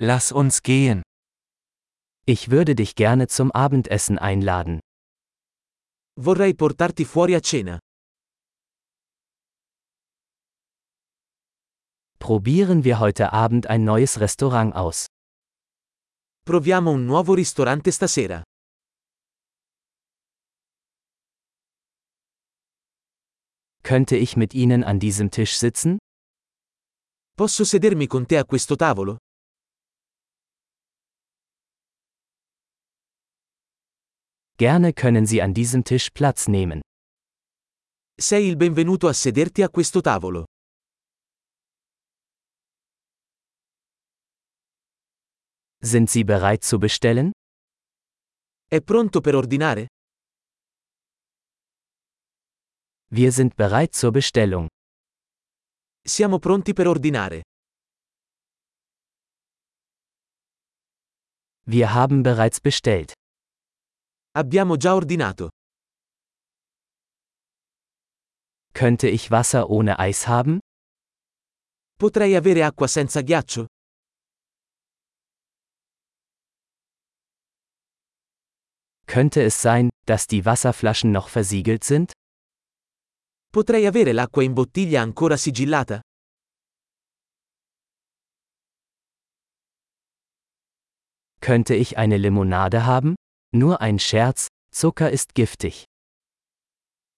Lass uns gehen. Ich würde dich gerne zum Abendessen einladen. Vorrei portarti fuori a cena. Probieren wir heute Abend ein neues Restaurant aus. Proviamo un nuovo ristorante stasera. Könnte ich mit Ihnen an diesem Tisch sitzen? Posso sedermi con te a questo tavolo? Gerne können Sie an diesem Tisch Platz nehmen. Sei il benvenuto a sederti a questo tavolo. Sind Sie bereit zu bestellen? È pronto per ordinare? Wir sind bereit zur Bestellung. Siamo pronti per ordinare. Wir haben bereits bestellt. Abbiamo già ordinato. Könnte ich Wasser ohne Eis haben? Potrei avere acqua senza ghiaccio? Könnte es sein, dass die Wasserflaschen noch versiegelt sind? Potrei avere l'acqua in bottiglia ancora sigillata? Könnte ich eine Limonade haben? Nur ein Scherz, Zucker ist giftig.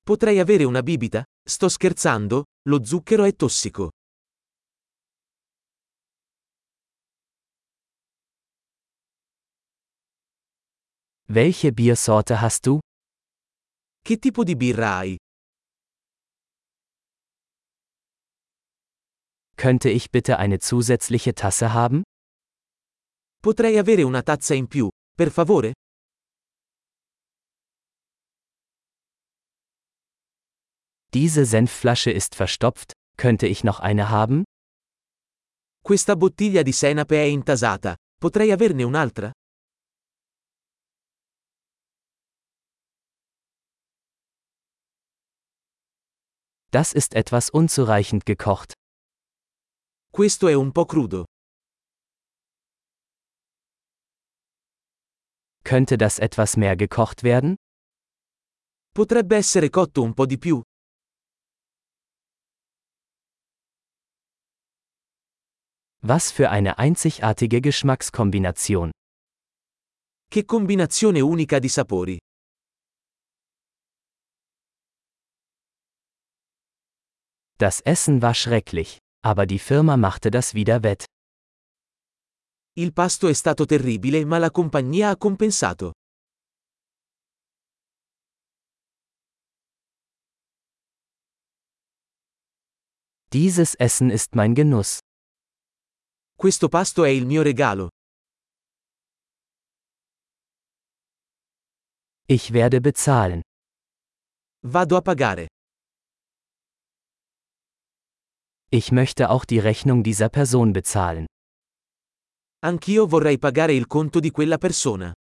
Potrei avere una bibita? Sto scherzando, lo zucchero è tossico. Welche Biersorte hast du? Che tipo di birra hai? Könnte ich bitte eine zusätzliche Tasse haben? Potrei avere una tazza in più, per favore? Diese Senfflasche ist verstopft, könnte ich noch eine haben? Questa bottiglia di senape è intasata. Potrei averne un'altra? Das ist etwas unzureichend gekocht. Questo è un po' crudo. Könnte das etwas mehr gekocht werden? Potrebbe essere cotto un po' di più. Was für eine einzigartige Geschmackskombination. Che combinazione unica di sapori. Das Essen war schrecklich, aber die Firma machte das wieder wett. Il pasto è stato terribile ma la compagnia ha compensato. Dieses Essen ist mein Genuss. Questo pasto è il mio regalo. Ich werde bezahlen. Vado a pagare. Ich möchte auch die Rechnung dieser Person bezahlen. Anch'io vorrei pagare il conto di quella persona.